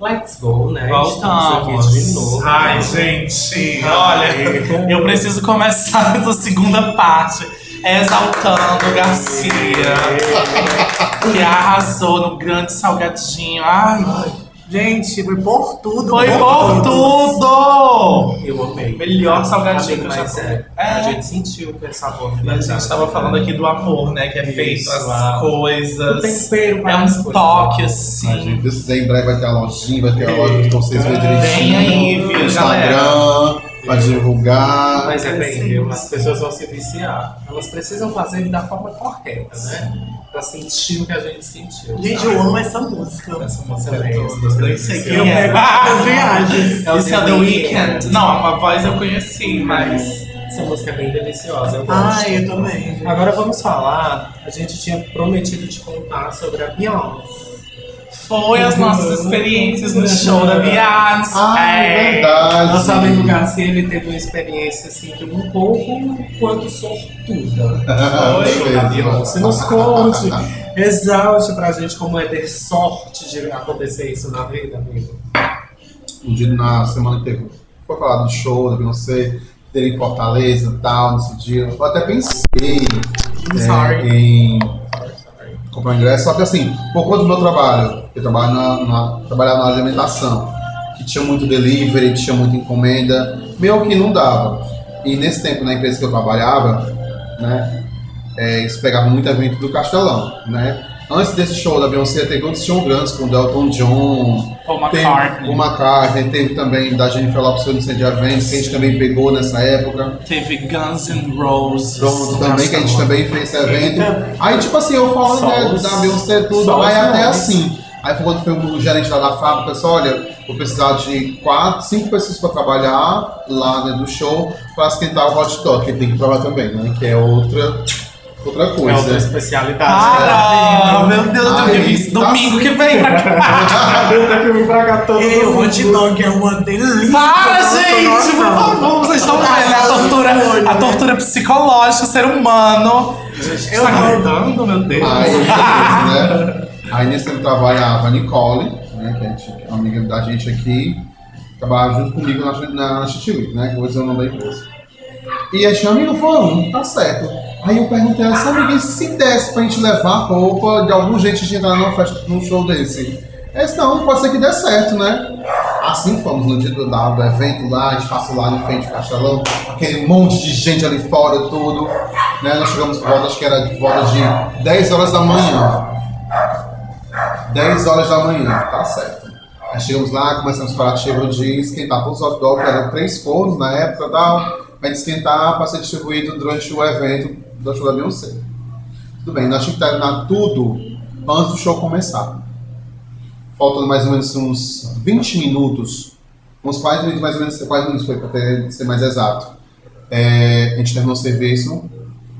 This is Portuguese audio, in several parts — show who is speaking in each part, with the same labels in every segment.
Speaker 1: Let's go, né?
Speaker 2: Voltamos.
Speaker 1: Estamos aqui de novo.
Speaker 3: Ai,
Speaker 1: Então,
Speaker 3: gente,
Speaker 2: Olha, eu preciso começar essa segunda parte exaltando Garcia, que arrasou no grande salgadinho. Ai,
Speaker 4: Gente, foi por tudo.
Speaker 2: foi por tudo!
Speaker 1: Eu amei. Tá
Speaker 2: Melhor salgadinho que
Speaker 1: Amigo,
Speaker 2: eu já
Speaker 1: mas
Speaker 2: comi.
Speaker 1: é,
Speaker 2: É.
Speaker 1: A gente sentiu que é sabor.
Speaker 2: A gente estava falando aqui do amor, né? Que é feito
Speaker 1: Isso,
Speaker 2: as
Speaker 1: a-
Speaker 2: coisas.
Speaker 1: do tempero para
Speaker 2: é
Speaker 1: as
Speaker 2: um
Speaker 1: coisas.
Speaker 2: toque,
Speaker 5: A gente
Speaker 2: assim.
Speaker 5: precisa em breve vai ter a lojinha, vai ter a loja que vocês verem
Speaker 2: Vem aí,
Speaker 5: direitinho.
Speaker 2: viu, galera?
Speaker 5: Instagram, pra divulgar.
Speaker 1: Mas é bem,
Speaker 4: Sim.
Speaker 1: viu? As pessoas vão se viciar. Elas precisam fazer da forma correta, né? Pra sentir o que a gente sentiu.
Speaker 4: Gente,
Speaker 1: sabe?
Speaker 4: eu amo essa música.
Speaker 1: essa
Speaker 2: Você
Speaker 1: moça
Speaker 2: lê
Speaker 1: é
Speaker 2: todos, nem sei quem
Speaker 4: Eu
Speaker 2: é.
Speaker 4: pego as viagens.
Speaker 1: É o
Speaker 2: Isso é
Speaker 1: The
Speaker 2: The
Speaker 1: Weeknd.
Speaker 2: Weeknd. Não, a voz eu conheci, mas.
Speaker 1: Essa música é bem deliciosa. Eu gosto.
Speaker 4: Ai, eu também. gente.
Speaker 1: Agora vamos falar. A gente tinha prometido te contar sobre a Beyoncé.
Speaker 2: Foi as nossas experiências no show da Beyoncé.
Speaker 5: Ah, é verdade.
Speaker 1: Nosso amigo Garcia ele teve uma experiência assim de um pouco quanto sortuda.
Speaker 5: É Foi.
Speaker 1: da Beyoncé. Nos conte, exalte pra gente como é ter sorte de acontecer isso na vida, amigo.
Speaker 5: um dia na semana que teve, foi falar do show da Beyoncé, dele em Fortaleza e tal, nesse dia. Eu até pensei
Speaker 2: I'm
Speaker 5: é,
Speaker 2: sorry.
Speaker 5: em comprar um ingresso, só que assim, por conta do meu trabalho, eu trabalho na, na, trabalhava na alimentação, que tinha muito delivery, tinha muita encomenda, meio que não dava. E nesse tempo, na empresa que eu trabalhava, né, é, eles pegavam muito evento do Castelão, né. Antes desse show da Beyoncé, teve outros shows grandes, com o Delton John,
Speaker 2: Paul
Speaker 5: tem
Speaker 2: McCartney.
Speaker 5: o McCartney, teve também da Jennifer Lopes, que eu não sei de Avengers, que a gente também pegou nessa época.
Speaker 2: Teve Guns N' Roses.
Speaker 5: Pronto, também, que a gente também fez esse evento. Aí, tipo assim, eu falo
Speaker 2: Só
Speaker 5: né,
Speaker 2: os-
Speaker 5: da Beyoncé e tudo,
Speaker 2: só os
Speaker 5: aí até
Speaker 2: nomes.
Speaker 5: assim. Aí foi quando foi o gerente lá da fábrica, disse, olha, vou precisar de quatro, cinco pessoas para trabalhar lá dentro do show para esquentar o hot dog, que tem que provar também, né? Que é outra, outra
Speaker 1: É outra
Speaker 5: coisa.
Speaker 1: especialidade.
Speaker 2: Para! Meu Deus, eu tenho que
Speaker 5: Ai,
Speaker 2: vir
Speaker 5: tá
Speaker 2: domingo que vem pra cá.
Speaker 1: Eu tenho que vir pra cá todo
Speaker 4: Ei, o hot dog é uma delícia.
Speaker 2: Para,
Speaker 4: Nossa,
Speaker 2: gente! Por
Speaker 4: nossa.
Speaker 2: favor, vocês estão vendo a tortura, a tortura psicológica, o ser humano.
Speaker 4: Eu
Speaker 2: Tá
Speaker 4: não.
Speaker 2: gritando, meu Deus.
Speaker 5: Aí, Ah, né? Aí nesse tempo trabalhava a Nicole, né? Que é a gente- é uma amiga da gente aqui. Trabalhava junto comigo na, na, na City Week, né? Que eu vou dizer o nome da empresa. E a gente, amigo, falou, "Hum, tá certo. Aí eu perguntei a essa amiga, e se desse pra gente levar roupa, de algum jeito a gente entrar numa festa, num show desse. Ela disse, não, pode ser que dê certo, né? Assim fomos no dia do, da- do evento lá, a gente passou lá no frente do Castelão, aquele monte de gente ali fora, tudo. Né? Nós chegamos por volta, acho que era de volta de 10 horas da manhã. 10 horas da manhã, tá certo. Aí chegamos lá, começamos o parativo de esquentar todos os hot dogs, que eram três fornos na época e tal, para esquentar para ser distribuído durante o evento do show da Beyoncé. Tudo bem, nós tínhamos que terminar tudo antes do show começar. Faltando mais ou menos uns 20 minutos, uns 40 minutos, mais ou menos, 40 minutos foi para ser mais exato. É, a gente terminou o serviço,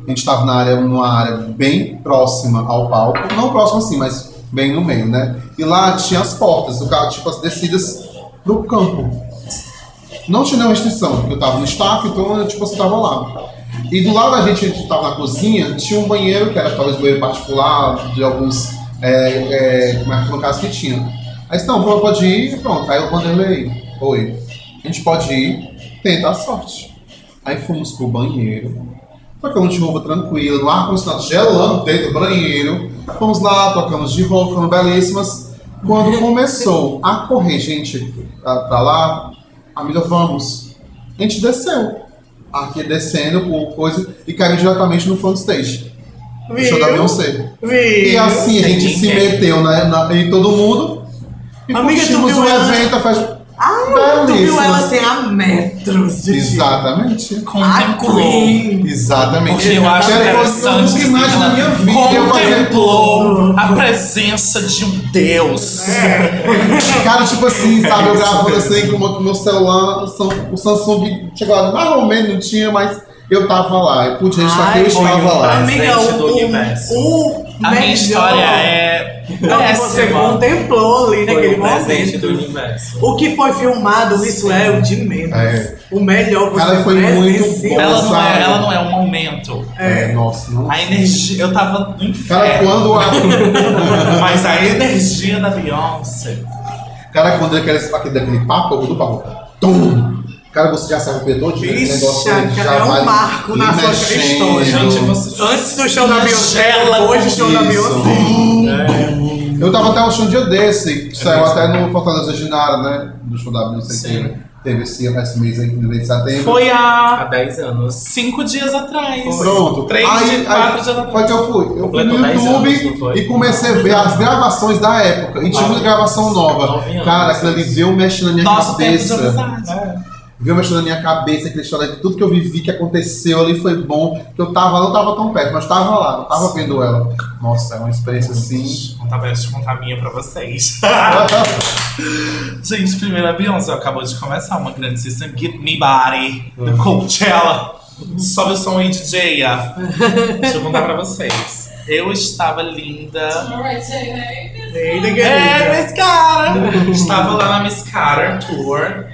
Speaker 5: a gente estava na área, numa área bem próxima ao palco, não próximo assim, mas bem no meio, né? E lá tinha as portas do carro, tipo as descidas pro campo. Não tinha nenhuma restrição, porque eu tava no staff, então eu, tipo, você tava lá. E do lado da gente, a gente tava na cozinha, tinha um banheiro, que era talvez banheiro particular, de alguns é, é, como é que no caso que tinha. Aí disse, não, pô, pode ir, pronto. Aí o Vanderlei, oi, a gente pode ir, tenta a sorte. Aí fomos pro banheiro, trocamos de roupa tranquilo, no ar-condicionado gelando dentro do banheiro. Fomos lá, trocamos de roupa, foram belíssimas. Quando começou a correr, gente, pra, pra lá, amiga, vamos. A gente desceu. Aqui descendo por coisa e caiu diretamente no front stage. No show da
Speaker 4: Viu?
Speaker 5: Beyoncé. E
Speaker 4: Viu?
Speaker 5: assim a
Speaker 2: sem
Speaker 5: gente se
Speaker 2: ninguém.
Speaker 5: meteu na, na- em todo mundo. E
Speaker 4: Amiga, tu
Speaker 5: curtimos
Speaker 4: viu
Speaker 5: o
Speaker 4: ela?
Speaker 5: evento, a festa.
Speaker 4: Ah, tu viu
Speaker 5: belíssima.
Speaker 4: ela assim a metros de ti.
Speaker 5: Exatamente.
Speaker 2: Contemplou.
Speaker 5: Exatamente.
Speaker 2: Porque eu acho
Speaker 5: Era coisa
Speaker 2: interessante
Speaker 5: que eu nunca
Speaker 2: assim,
Speaker 5: imaginei na minha
Speaker 2: ela
Speaker 5: vida. Eu fazia-
Speaker 2: contemplou a presença de um Deus.
Speaker 5: Cara, tipo assim, sabe? Eu gravando assim com o meu- meu celular, o Sam- o Samsung chegou lá, mais ou menos, não tinha, mas eu tava lá. Eu pude registrar que eu
Speaker 4: Ai, foi um
Speaker 5: estava lá.
Speaker 4: Amiga,
Speaker 1: Presente
Speaker 4: o,
Speaker 1: do universo.
Speaker 4: o,
Speaker 2: A
Speaker 4: o
Speaker 2: minha
Speaker 4: melhor
Speaker 2: história é
Speaker 4: é que você
Speaker 2: péssima.
Speaker 4: contemplou ali
Speaker 1: Foi
Speaker 4: naquele
Speaker 1: o presente do
Speaker 4: momento.
Speaker 1: universo.
Speaker 4: O que foi filmado, isso é o de menos.
Speaker 5: É.
Speaker 4: O melhor você
Speaker 5: Cara, foi muito
Speaker 4: presenciou.
Speaker 5: bom.
Speaker 2: Ela não, é,
Speaker 5: Sabe?
Speaker 2: ela não é um momento.
Speaker 5: É, nossa, não.
Speaker 2: A
Speaker 4: né?
Speaker 2: energia. Eu tava no
Speaker 4: É.
Speaker 5: Cara,
Speaker 2: inferno.
Speaker 5: quando a.
Speaker 2: Mas a energia da Beyoncé.
Speaker 5: Cara, quando ele quer aquele, daquele papo, do papo. Tum! Cara, você já sabe o pé todo, né?
Speaker 4: Vixe,
Speaker 5: ele
Speaker 4: cara, é um marco
Speaker 5: lhe
Speaker 4: na sua
Speaker 5: mexendo.
Speaker 4: questão,
Speaker 2: Gente, você.
Speaker 4: Antes do show da Beyoncé,
Speaker 2: Angela,
Speaker 4: hoje o show da Beyoncé.
Speaker 5: Isso. Eu tava até um show um dia
Speaker 4: É
Speaker 5: desse, que saiu até no Fortaleza Ginara, né? Do show da não sei
Speaker 2: Sim.
Speaker 5: que teve esse, esse mês aí, no mês de setembro.
Speaker 2: Foi há
Speaker 1: Há 10 anos.
Speaker 2: cinco dias atrás.
Speaker 5: Pronto.
Speaker 2: Três,
Speaker 5: Aí-
Speaker 2: quatro
Speaker 5: aí
Speaker 2: dias atrás.
Speaker 5: Foi que eu fui. Eu fui
Speaker 1: Completou
Speaker 5: no
Speaker 1: 10 anos, não
Speaker 5: YouTube
Speaker 1: foi? Ah,
Speaker 5: e comecei a ver as gravações da época. E tinha muita gravação nova.
Speaker 1: nove anos.
Speaker 5: Cara, aquilo ali veio mexendo na minha
Speaker 2: Nosso tempo de
Speaker 5: cabeça.
Speaker 2: amizade.
Speaker 5: Veio mexendo na minha cabeça, aquele história de tudo que eu vivi, que aconteceu ali foi bom. Que eu tava, não tava tão perto, mas tava lá, eu tava vendo ela. Nossa, é uma experiência assim.
Speaker 2: Vou contar, deixa eu contar a minha pra vocês. Gente, primeiro a Beyoncé é acabou de começar uma grande system. Get Me Body, do Coachella. Sobe o som aí, DJ. Deixa eu contar pra vocês. Eu estava linda.
Speaker 4: Eita,
Speaker 2: É,
Speaker 4: querida.
Speaker 2: Miss Cara! Estava lá na Miss Cara Tour.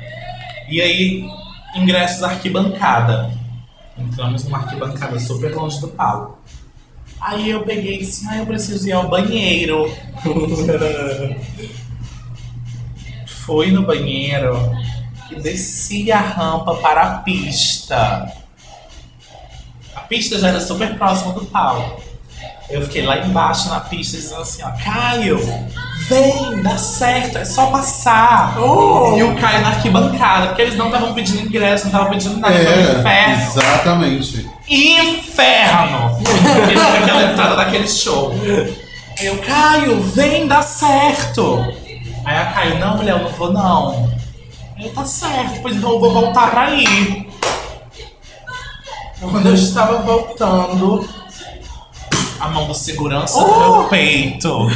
Speaker 2: E aí, ingressos da arquibancada. Entramos numa arquibancada super longe do palco. Aí eu peguei e disse, ah, eu preciso ir ao banheiro. Fui no banheiro e desci a rampa para a pista. A pista já era super próxima do palco. Eu fiquei lá embaixo na pista dizendo assim, ó, Caio, vem, dá certo, é só passar.
Speaker 4: Oh!
Speaker 2: E o Caio na arquibancada, porque eles não estavam pedindo ingresso, não estavam pedindo nada, foi um
Speaker 5: É,
Speaker 2: inferno.
Speaker 5: exatamente.
Speaker 2: Inferno! Porque foi aquela entrada daquele show. Eu, Caio, vem, dá certo! Aí a Caio, não, mulher, eu não vou não. Eu, tá certo, pois então eu vou voltar pra ir. Quando eu estava voltando, a mão do segurança no meu peito.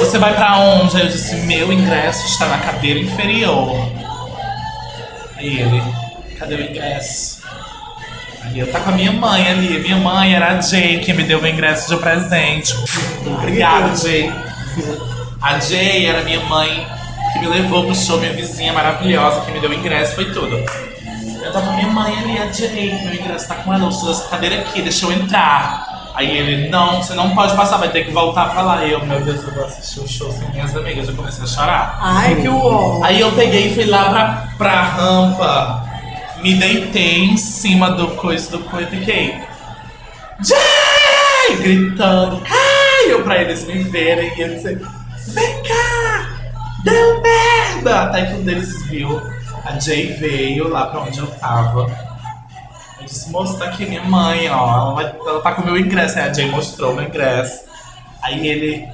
Speaker 2: Você vai pra onde? Aí eu disse, meu ingresso está na cadeira inferior. Aí ele, cadê o ingresso? Aí eu tá com a minha mãe ali. Minha mãe era a Jay, que me deu meu ingresso de presente. Obrigado, Jay. A Jay era minha mãe, que me levou pro show, minha vizinha maravilhosa, que me deu o ingresso, foi tudo. Eu tava com a minha mãe ali, a Jay, meu ingresso tá com ela, eu estou essa cadeira aqui, deixa eu entrar. Aí ele, não, você não pode passar, vai ter que voltar pra lá. E eu, meu Deus, eu vou assistir o show sem minhas amigas, eu comecei a chorar.
Speaker 4: Ai, que uó.
Speaker 2: Aí eu peguei e fui lá pra, pra rampa, me deitei em cima do coisa do coisa e fiquei. Jay! Gritando, Caio! Pra eles me verem e eles dizem, vem cá! Deu merda! Até que um deles viu. A Jay veio lá pra onde eu tava. Eu disse, moço, tá aqui minha mãe, ó. Ela, vai- ela tá com o meu ingresso. Aí a Jay mostrou o meu ingresso. Aí ele,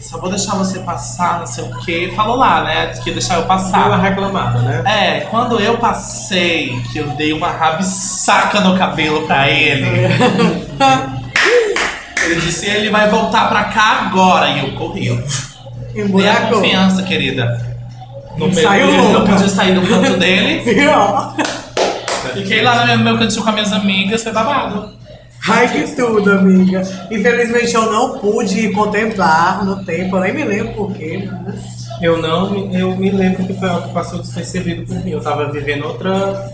Speaker 2: só vou deixar você passar, não sei o quê. Falou lá, né? Que ia deixar eu passar.
Speaker 1: Ela reclamada, né?
Speaker 2: É, quando eu passei, que eu dei uma rabisaca no cabelo pra ele. ele disse, ele vai voltar pra cá agora. E eu corri. eu
Speaker 4: Em
Speaker 2: Dei a
Speaker 4: buraco.
Speaker 2: confiança, querida. No meu
Speaker 4: Saiu
Speaker 2: eu
Speaker 4: louca.
Speaker 2: podia sair do canto dele.
Speaker 4: Pior.
Speaker 2: Fiquei lá no meu, meu cantinho com as minhas amigas, foi babado.
Speaker 4: Ai, que tudo, amiga. Infelizmente eu não pude contemplar no tempo, eu nem me lembro porquê, mas.
Speaker 1: Eu não, me- eu me lembro que foi algo que passou despercebido por mim. Eu tava vivendo outra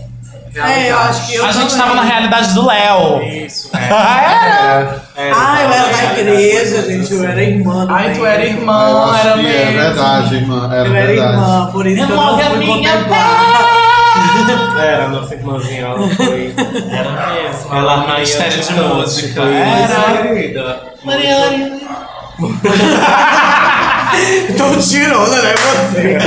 Speaker 1: realidade.
Speaker 4: É, eu acho que eu.
Speaker 2: a gente
Speaker 4: também.
Speaker 2: tava na realidade do Léo.
Speaker 1: Isso, né?
Speaker 2: Ah,
Speaker 1: É,
Speaker 4: Ah, eu era da
Speaker 1: é,
Speaker 4: igreja, gente, eu era irmã. do
Speaker 2: Ai, tu
Speaker 4: tempo.
Speaker 2: era
Speaker 5: eu
Speaker 2: irmã,
Speaker 5: acho
Speaker 2: Oh, era
Speaker 5: que
Speaker 2: mesmo.
Speaker 5: é verdade, irmã. Era
Speaker 4: Eu era
Speaker 5: verdade.
Speaker 4: irmã, por isso que eu não
Speaker 2: Remove a
Speaker 4: fui
Speaker 2: minha
Speaker 4: contemplar.
Speaker 1: Era, nossa irmãzinha, ela foi.
Speaker 2: Era mesmo.
Speaker 1: Ela
Speaker 2: Ela
Speaker 1: na
Speaker 2: no Ministério de
Speaker 1: Cântico,
Speaker 2: Música.
Speaker 1: isso, é
Speaker 2: Era.
Speaker 1: querida.
Speaker 2: Mariane.
Speaker 4: Tô tirando, né, você?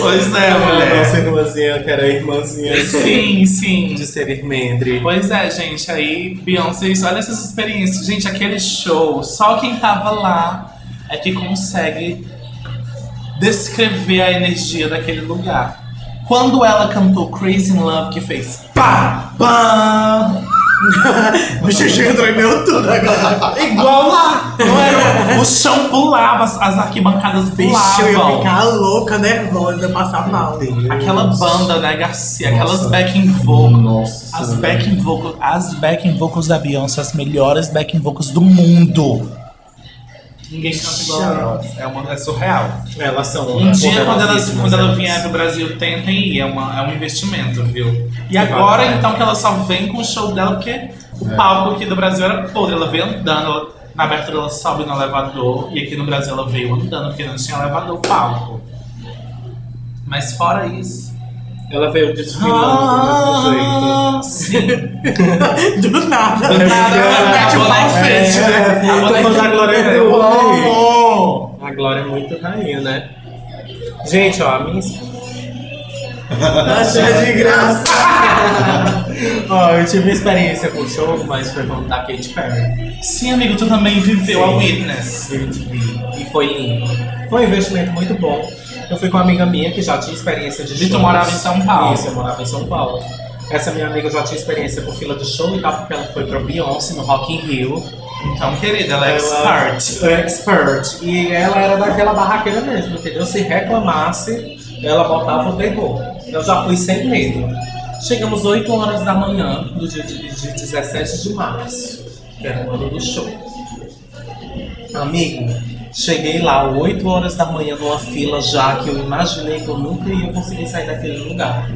Speaker 2: Pois é,
Speaker 1: Era
Speaker 2: mulher.
Speaker 1: nossa irmãzinha, que era irmãzinha
Speaker 2: Sim, sim.
Speaker 1: de ser irmendre.
Speaker 2: Pois é, gente. Aí, Beyoncé, isso, olha essas experiências. Gente, aquele show, só quem tava lá é que consegue descrever a energia daquele lugar. Quando ela cantou Crazy in Love, que fez pá, pá,
Speaker 4: O xixi entrou em meu tudo agora.
Speaker 2: igual lá. Não era? O chão pulava, as as arquibancadas
Speaker 4: Vixe, eu ia
Speaker 2: pulavam.
Speaker 4: ficar louca, nervosa, passar mal.
Speaker 2: Aquela banda, né, Garcia? Aquelas
Speaker 5: Nossa.
Speaker 2: backing vocals.
Speaker 5: Nossa.
Speaker 2: As backing vocals, as backing vocals da Beyoncé, as melhores backing vocals do mundo. Ninguém canta igual a elas. É, uma, é surreal.
Speaker 1: Elas são.
Speaker 2: Um dia, quando ela,
Speaker 1: poderosíssimas,
Speaker 2: quando ela
Speaker 1: elas.
Speaker 2: vier pro Brasil, tentem ir. É, uma, é um investimento, viu? E
Speaker 1: Que
Speaker 2: agora,
Speaker 1: barato.
Speaker 2: É. então, que ela só vem com o show dela, porque o palco aqui do Brasil era podre. Ela veio andando, ela Na abertura ela sobe no elevador e aqui no Brasil ela veio andando porque não tinha elevador palco. Mas fora isso.
Speaker 1: Ela veio desfilando desse
Speaker 2: Ah!
Speaker 1: jeito.
Speaker 2: sim.
Speaker 4: Do nada.
Speaker 2: Do nada, ela mete o pau frente, né?
Speaker 1: Eu tô falando da Glória
Speaker 2: Eu
Speaker 1: Groove.
Speaker 2: amo!
Speaker 1: A Glória é muito rainha, né? Gente, ó, a minha esposa.
Speaker 2: é
Speaker 4: Acha Tá de graça.
Speaker 1: Ó, eu tive uma experiência com o show, mas foi como da Katy Perry.
Speaker 2: Sim, amigo, tu também viveu a
Speaker 1: Sim.
Speaker 2: Witness.
Speaker 1: E foi lindo. Foi um investimento muito bom. Eu fui com uma amiga minha que já tinha experiência de
Speaker 2: E tu
Speaker 1: shows.
Speaker 2: morava em São Paulo.
Speaker 1: Isso, eu morava em São Paulo. Essa minha amiga já tinha experiência com fila de show e tal, porque ela foi pra Beyoncé no Rock in Rio.
Speaker 2: Então, querida, ela é
Speaker 1: Ela-
Speaker 2: expert.
Speaker 1: é expert. E ela era daquela barraqueira mesmo, entendeu? Se reclamasse, ela botava o terror. Eu já fui sem medo. Chegamos 8 horas da manhã do dia de, de 17 de março, que era o ano do show. Amigo, cheguei lá 8 horas da manhã numa fila já que eu imaginei que eu nunca ia conseguir sair daquele lugar.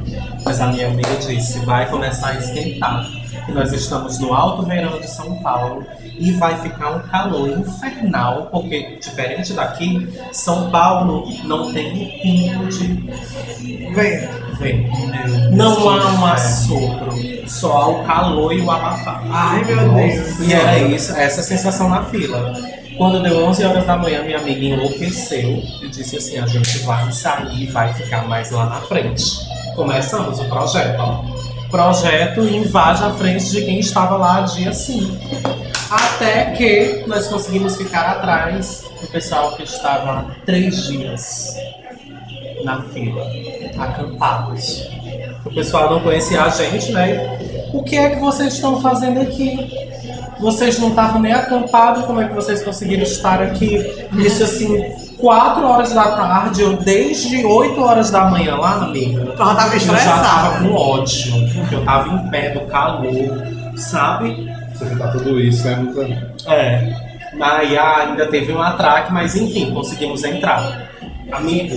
Speaker 1: Mas a minha amiga disse, vai começar a esquentar. E nós estamos no alto verão de São Paulo e vai ficar um calor infernal, porque diferente daqui, São Paulo não tem um pingo de
Speaker 4: Vem.
Speaker 1: vento. Não há um assopro, só há o calor e o abafado.
Speaker 4: Ai, meu Deus.
Speaker 1: E era isso, essa sensação na fila. Quando deu 11 horas da manhã, minha amiga enlouqueceu e disse assim: a gente vai sair e vai ficar mais lá na frente. Começamos o projeto, ó. Projeto invade a frente de quem estava lá dia sim. Até que nós conseguimos ficar atrás do pessoal que estava há três dias na fila, acampados. O pessoal não conhecia a gente, né? O que é que vocês estão fazendo aqui? Vocês não estavam nem acampados, como é que vocês conseguiram estar aqui? Isso assim, 4 horas da tarde, eu desde 8 horas da manhã lá, amiga.
Speaker 4: Ela tava
Speaker 1: Eu já tava
Speaker 4: estressada.
Speaker 1: com ódio, porque eu tava em pé do calor, sabe?
Speaker 5: Você juntar tudo isso é muita.
Speaker 1: É. Aí ainda teve um atraque, mas enfim, conseguimos entrar. Amigo,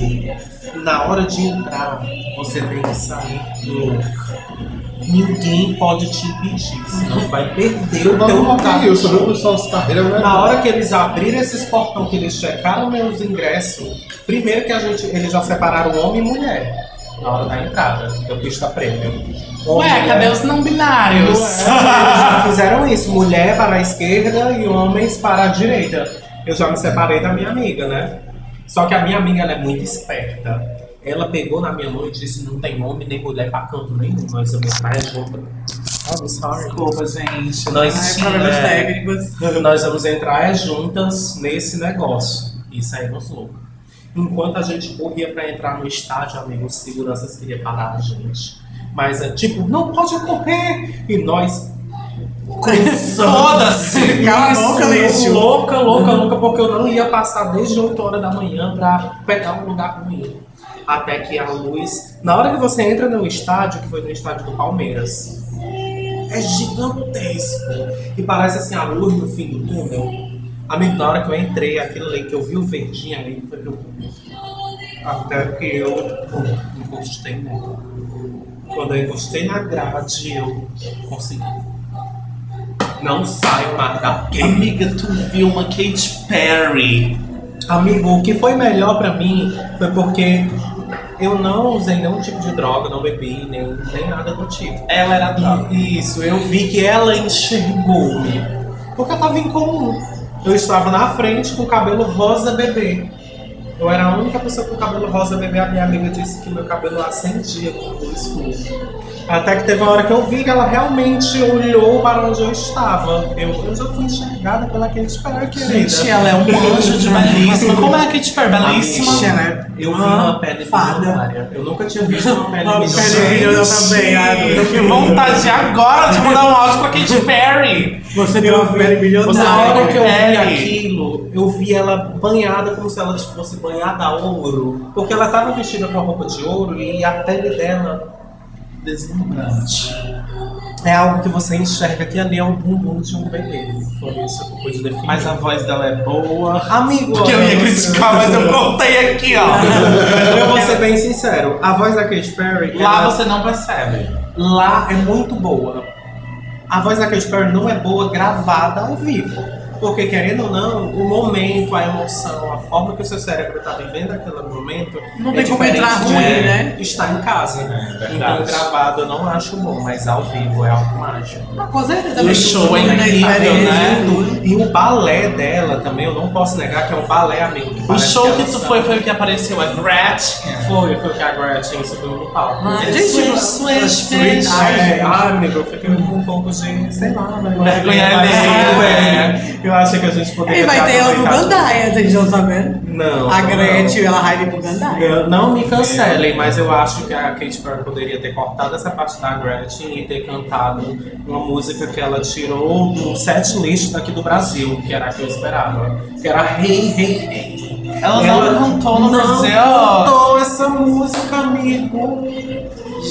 Speaker 1: na hora de entrar, você tem que sair louca. Ninguém pode te impedir, senão tu vai perder o
Speaker 5: Eu
Speaker 1: teu
Speaker 5: não
Speaker 1: lugar.
Speaker 5: notei isso, eu vi o pessoal de carreira, né?
Speaker 2: Tá.
Speaker 1: Na hora que eles abriram esses portão, que eles checaram meus ingressos, primeiro que a gente, eles já separaram homem e mulher na hora da entrada, da pista prêmio.
Speaker 2: Ué, cadê os não binários?
Speaker 1: Ué, eles já fizeram isso, mulher para a esquerda e homens para a direita. Eu já me separei da minha amiga, né? Só que a minha amiga ela é muito esperta. Ela pegou na minha mão e disse: não tem homem nem mulher pra canto nenhum, nós vamos pra junto. Oh, I'm sorry.
Speaker 2: Desculpa, gente.
Speaker 1: Nós
Speaker 4: Ai,
Speaker 1: sim,
Speaker 4: problemas
Speaker 1: é.
Speaker 4: técnicos.
Speaker 1: Nós vamos entrar é, juntas nesse negócio e saímos loucos. Enquanto a gente corria pra entrar no estádio, amigos, os seguranças queriam parar a gente. Mas é tipo, não pode correr! E nós.
Speaker 2: Foda-se!
Speaker 4: Cala a
Speaker 1: Isso,
Speaker 4: boca, lixo.
Speaker 1: Louca, louca, louca, porque eu não ia passar desde 8 horas da manhã pra pegar um lugar ruim. Até que a luz. Na hora que você entra no estádio, que foi no estádio do Palmeiras, é gigantesco. E parece assim a luz no fim do túnel. Amigo, na hora que eu entrei, aquilo ali que eu vi o verdinho ali, foi que eu. Até que eu encostei nela. Quando eu encostei na grade, eu consegui. Não saio mais daqui.
Speaker 2: Amiga, tu viu uma Katy Perry.
Speaker 1: Amigo, o que foi melhor pra mim foi porque eu não usei nenhum tipo de droga, não bebi, nem, nem nada do tipo.
Speaker 2: Ela era droga.
Speaker 1: E Isso, eu vi que ela enxergou-me. Porque eu tava em comum. Eu estava na frente com o cabelo rosa bebê. Eu era a única pessoa com o cabelo rosa bebê. A minha amiga disse que meu cabelo acendia com luz fluo. Até que teve uma hora que eu vi que ela realmente olhou para onde eu estava. Eu, eu já fui enxergada pela Kate Perry, querida.
Speaker 2: Gente, ela é um anjo de belíssima. Como é a Katy Perry? Belíssima.
Speaker 4: Ixi, né?
Speaker 1: Eu vi uma pele
Speaker 4: Fada.
Speaker 1: milionária. Eu nunca tinha visto uma pele
Speaker 4: Uma pele
Speaker 1: milionária.
Speaker 4: milionária. Eu também, ai, eu tô
Speaker 2: Que vontade agora de mandar um áudio pra Katy Perry.
Speaker 4: Você deu uma pele
Speaker 1: Você na
Speaker 4: milionária.
Speaker 1: hora que eu vi
Speaker 2: Pele.
Speaker 1: aquilo, eu vi ela banhada como se ela fosse banhada a ouro. Porque ela tava vestida com a roupa de ouro e a pele dela
Speaker 2: Deslumbrante.
Speaker 1: é algo que você enxerga que ali é o bumbum de um bebê. Foi isso que eu pude definir.
Speaker 2: Mas a voz dela é boa.
Speaker 1: amigo,
Speaker 2: Que eu ia
Speaker 1: olha,
Speaker 2: criticar, mas eu contei aqui, ó.
Speaker 1: eu vou ser bem sincero. A voz da Katy Perry,
Speaker 2: Lá
Speaker 1: ela-
Speaker 2: você não percebe.
Speaker 1: lá é muito boa. A voz da Katy Perry não é boa gravada ao vivo. Porque, querendo ou não, o momento, a emoção, a forma que o seu cérebro está vivendo aquele momento.
Speaker 4: Não
Speaker 1: é
Speaker 4: tem como
Speaker 1: diferente
Speaker 4: entrar
Speaker 1: de
Speaker 4: ruim, né?
Speaker 1: Estar em casa.
Speaker 2: É, verdade.
Speaker 1: então, gravado eu não acho bom, mas ao vivo é algo mágico.
Speaker 4: Mas com certeza.
Speaker 2: O show é
Speaker 4: né,
Speaker 2: incrível,
Speaker 4: experiência e tudo.
Speaker 2: né?
Speaker 1: E o balé dela também, eu não posso negar que é um balé, amigo.
Speaker 2: O
Speaker 1: parece
Speaker 2: show que
Speaker 1: ela
Speaker 2: tu
Speaker 1: sabe.
Speaker 2: foi foi o que apareceu, é Brat.
Speaker 1: Foi, foi o que a Grant tinha subiu no palco.
Speaker 4: Ah,
Speaker 1: Gente,
Speaker 4: gente,
Speaker 1: eu-
Speaker 4: switch,
Speaker 1: eu-
Speaker 4: switch.
Speaker 1: Ai,
Speaker 4: é.
Speaker 1: ai, Ah, amigo, eu fiquei com um pouco de, sei lá, né? vergonha.
Speaker 2: Vergonha
Speaker 1: Mas
Speaker 2: alheia. né?
Speaker 1: tudo bem. É. Eu acho que a gente poderia
Speaker 4: E vai
Speaker 1: ter
Speaker 4: ter a do
Speaker 1: tá aproveitado-
Speaker 4: Gandaia, vocês estão sabendo?
Speaker 1: Não.
Speaker 4: A
Speaker 1: não.
Speaker 4: Gretchen, ela raiva pro Gandaia.
Speaker 1: Eu- Não me
Speaker 2: É.
Speaker 1: cancelem, mas eu acho que a Kate Perry poderia ter cortado essa parte da Gretchen e ter cantado uma música que ela tirou do set list daqui do Brasil, que era a que eu esperava. Que era Hey, Hey, Hey.
Speaker 2: Ela não cantou no
Speaker 1: não
Speaker 2: Brasil.
Speaker 1: cantou essa música, amigo.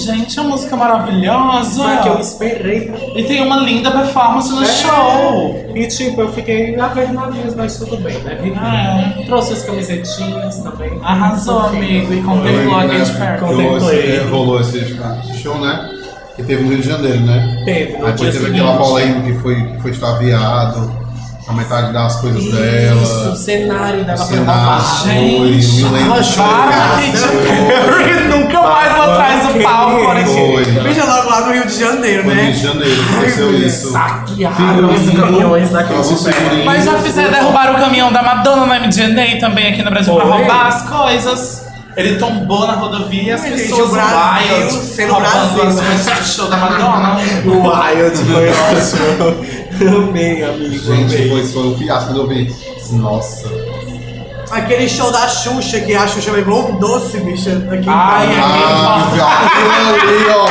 Speaker 2: Gente, é uma música maravilhosa.
Speaker 1: Só que eu esperei.
Speaker 2: E tem uma linda performance no
Speaker 1: É.
Speaker 2: show.
Speaker 1: E tipo, eu fiquei na vez na vez, mas tudo bem, né? Vivi.
Speaker 2: Ah, é.
Speaker 1: Trouxe as camisetinhas também.
Speaker 2: Arrasou, amigo.
Speaker 5: né,
Speaker 2: E contemplou a Kate Perry.
Speaker 5: Rolou
Speaker 1: Contemplei.
Speaker 5: esse, rolou esse show, né? Que teve no Rio de Janeiro, né?
Speaker 1: Teve, no dia
Speaker 5: Aí depois teve
Speaker 1: seguinte.
Speaker 5: aquela polêmica que foi, que foi extraviado, a metade das coisas dela.
Speaker 1: Isso, o cenário dela foi
Speaker 5: cenário
Speaker 1: roubado.
Speaker 5: foi,
Speaker 2: Gente,
Speaker 5: me lembro
Speaker 2: ela
Speaker 5: do show que
Speaker 2: para,
Speaker 5: ela
Speaker 2: Kate
Speaker 5: foi.
Speaker 2: Perry. Nunca mais vou atrás do palco, olha aqui.
Speaker 1: né?
Speaker 5: Foi,
Speaker 4: Veja logo lá no Rio de Janeiro,
Speaker 5: foi no Rio
Speaker 4: né?
Speaker 5: de Janeiro que aconteceu isso. Então,
Speaker 1: Saquearam os caminhões da
Speaker 5: Alguns
Speaker 1: Kate Perry.
Speaker 5: figurinos.
Speaker 2: Mas já fizeram derrubar o caminhão da Madonna na MDNA também aqui no Brasil pra
Speaker 1: Foi.
Speaker 2: roubar as coisas. Ele tombou na rodovia e as
Speaker 4: Ai, gente,
Speaker 2: pessoas
Speaker 4: o Brasil
Speaker 2: wild
Speaker 4: sendo
Speaker 2: roubando
Speaker 4: Brasil.
Speaker 2: as coisas do show da Madonna.
Speaker 1: O Wild foi ótimo. Amei, amigo.
Speaker 5: Gente,
Speaker 1: Amei.
Speaker 5: foi, foi um fiasco quando eu vi. Nossa.
Speaker 4: Aquele show da Xuxa, que a Xuxa levou um doce, bicha, aqui em
Speaker 2: Ai,
Speaker 4: casa.
Speaker 5: Ah,
Speaker 2: aquele-
Speaker 5: aquilo ali, ó.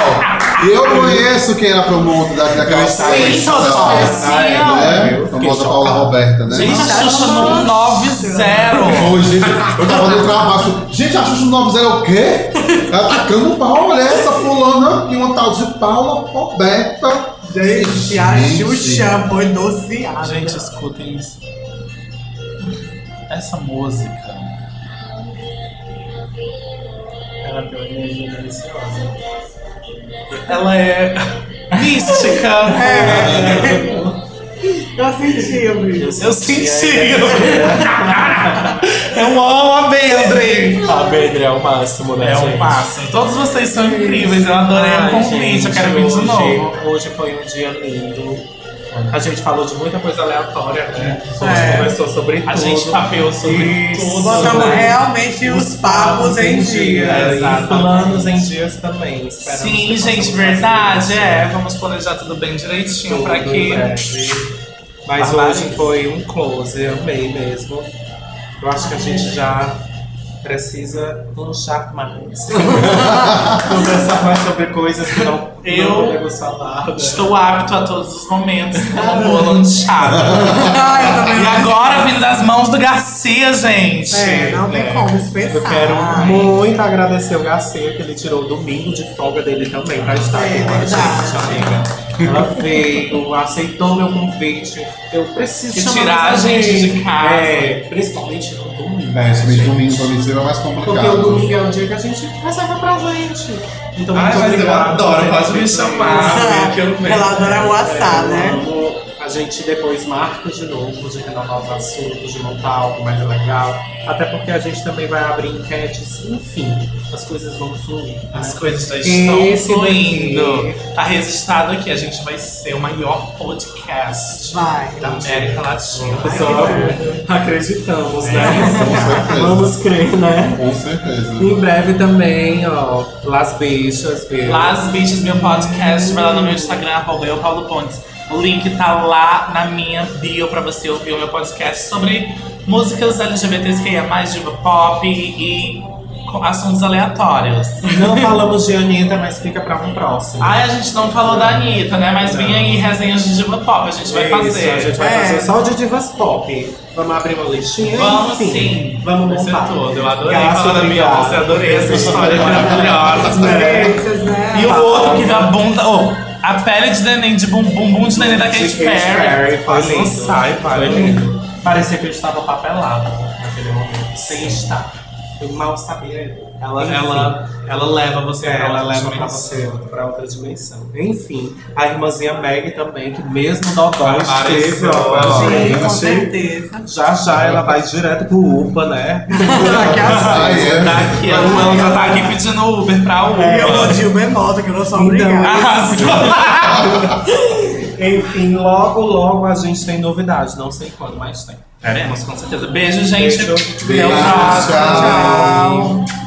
Speaker 5: Eu conheço quem era pro mundo da, daquela
Speaker 2: Sim,
Speaker 5: seleção,
Speaker 2: todos conheciam.
Speaker 5: né?
Speaker 1: assim, Eu
Speaker 5: A
Speaker 1: fiquei
Speaker 5: famosa
Speaker 1: chocado.
Speaker 5: Paula Roberta, né?
Speaker 2: Gente, a Xuxa no 9-0.
Speaker 5: Ô, gente, eu tava no trabalho. Gente, a Xuxa 90 é o quê? Ela tá tacando um pau, olha essa fulana e uma tal de Paula Roberta.
Speaker 4: Gente, a
Speaker 5: Gente.
Speaker 4: Xuxa foi doceada.
Speaker 2: Gente, escutem isso. Essa música.
Speaker 1: Ela deu uma energia deliciosa.
Speaker 2: Ela é mística.
Speaker 4: Eu senti, eu vi.
Speaker 2: Eu senti. É um Eu amo a Bendry.
Speaker 1: A Bedre é o máximo, né,
Speaker 2: É um
Speaker 1: gente?
Speaker 2: passo. Todos vocês são incríveis. Eu adorei
Speaker 1: Ai,
Speaker 2: o convite. Eu
Speaker 1: gente,
Speaker 2: quero vir de
Speaker 1: hoje-
Speaker 2: um novo.
Speaker 1: Hoje foi um dia lindo. A gente falou de muita coisa aleatória, né? A gente
Speaker 4: É.
Speaker 1: conversou sobre tudo.
Speaker 2: A gente tá papeou sobre
Speaker 1: Isso.
Speaker 2: tudo.
Speaker 4: Botamos
Speaker 1: né?
Speaker 4: realmente os papos em dia.
Speaker 1: é, Exato. Planos em dias também. Esperamos
Speaker 2: Sim,
Speaker 1: que
Speaker 2: gente,
Speaker 1: possamos
Speaker 2: verdade.
Speaker 1: fazer isso.
Speaker 2: É, vamos planejar tudo bem direitinho pra
Speaker 1: Tudo
Speaker 2: que.
Speaker 1: breve. Mas
Speaker 2: Barbaridade.
Speaker 1: hoje foi um close, amei mesmo. Eu acho que a gente já precisa lanchar mais. Conversar mais sobre coisas que não,
Speaker 2: Eu
Speaker 1: não podemos falar. né?
Speaker 2: Estou apto a todos os momentos como boa lanchada.
Speaker 4: Ah, eu também
Speaker 2: E
Speaker 4: não-
Speaker 2: agora vindo das mãos do Garcia, gente.
Speaker 4: É, não tem
Speaker 1: É.
Speaker 4: como dispensar.
Speaker 1: Eu quero muito agradecer o Garcia, que ele tirou o domingo de folga dele também pra estar
Speaker 4: É,
Speaker 1: com a
Speaker 4: verdade.
Speaker 1: gente, amiga. Ela veio, aceitou meu convite. Eu preciso
Speaker 2: Que
Speaker 1: chamar
Speaker 2: tirar
Speaker 1: mais
Speaker 2: a gente de casa.
Speaker 1: É, principalmente no domingo. né,
Speaker 5: É, esse mês
Speaker 1: gente.
Speaker 5: de domingo pra mim seria mais
Speaker 1: Porque o
Speaker 5: complicado.
Speaker 1: domingo é o dia que a gente reserva pra gente. Então,
Speaker 2: Ai,
Speaker 1: muito
Speaker 2: mas eu
Speaker 1: obrigado.
Speaker 2: adoro, é pode me
Speaker 1: Isso.
Speaker 2: chamar, que eu venho.
Speaker 4: Ela adora o assar, né?
Speaker 1: É, Vamos- A gente depois marca de novo, de renovar os assuntos, de montar algo mais legal. Até porque a gente também vai abrir enquetes, enfim, as coisas vão fluir.
Speaker 2: As
Speaker 1: né?
Speaker 2: coisas já estão
Speaker 1: Esse
Speaker 2: fluindo.
Speaker 1: daqui.
Speaker 2: Tá registrado aqui, a gente vai ser o maior podcast
Speaker 4: Vai.
Speaker 2: da América Latina.
Speaker 1: Pessoal, acreditamos, né?
Speaker 5: certeza.
Speaker 1: Vamos crer, né?
Speaker 5: Com certeza.
Speaker 1: Em breve também, ó, Las Bichas, viu?
Speaker 2: Las Bichas, meu podcast, vai lá no meu Instagram, arroba eu, Paulo Pontes. O link tá lá na minha bio pra você ouvir o meu podcast sobre músicas LGBTQIA+, é diva pop e co- assuntos aleatórios.
Speaker 1: Não falamos de Anitta, mas fica pra um próximo.
Speaker 2: Ai, a gente não falou da Anitta, né? Mas vem aí resenhas de diva pop, a gente vai
Speaker 1: Isso,
Speaker 2: fazer.
Speaker 1: A gente vai
Speaker 4: É.
Speaker 1: fazer só de divas pop. Vamos abrir uma listinha?
Speaker 2: Vamos
Speaker 1: Enfim,
Speaker 2: sim.
Speaker 1: Vamos
Speaker 2: Vai ser
Speaker 1: montar.
Speaker 2: tudo. Eu adorei
Speaker 1: Graças,
Speaker 2: falar da
Speaker 1: obrigado.
Speaker 2: Beyoncé, adorei essa história maravilhosa.
Speaker 1: É.
Speaker 4: Experiências, né?
Speaker 2: E o outro que viu a bunda. Oh, a pele de neném, de bum- bumbum de neném da
Speaker 1: De
Speaker 2: Katy
Speaker 1: Katy Perry,
Speaker 2: Perry.
Speaker 1: foi lindo.
Speaker 2: sai,
Speaker 1: Foi
Speaker 2: pai.
Speaker 1: lindo. Parecia que eu estava papelado naquele momento, sem estar. Eu mal sabia Ela,
Speaker 2: Enfim.
Speaker 1: ela, ela leva você
Speaker 2: É,
Speaker 1: pra
Speaker 2: ela
Speaker 1: outra
Speaker 2: leva pra
Speaker 1: dimensão. pra outra dimensão. Enfim, a irmãzinha Meg também, que mesmo Dodói
Speaker 2: Apareceu,
Speaker 1: esteve, ó,
Speaker 2: ó.
Speaker 4: Sim, com
Speaker 5: achei-
Speaker 4: certeza.
Speaker 1: já já ela vai direto pro UPA, né?
Speaker 4: Daqui a
Speaker 5: Ah,
Speaker 4: seis.
Speaker 5: é.
Speaker 2: Daqui, Tá ela já tá aqui pedindo Uber pra Uber.
Speaker 4: E eu vou de uma moto, que eu não sou obrigada.
Speaker 2: Arrasou.
Speaker 1: Enfim, logo, logo a gente tem novidade. Não sei quando, mas tem.
Speaker 2: Teremos, com certeza. Beijo, gente.
Speaker 1: Beijo.
Speaker 5: Beijo,
Speaker 2: Até o próximo.
Speaker 5: Então, tchau.
Speaker 4: Tchau.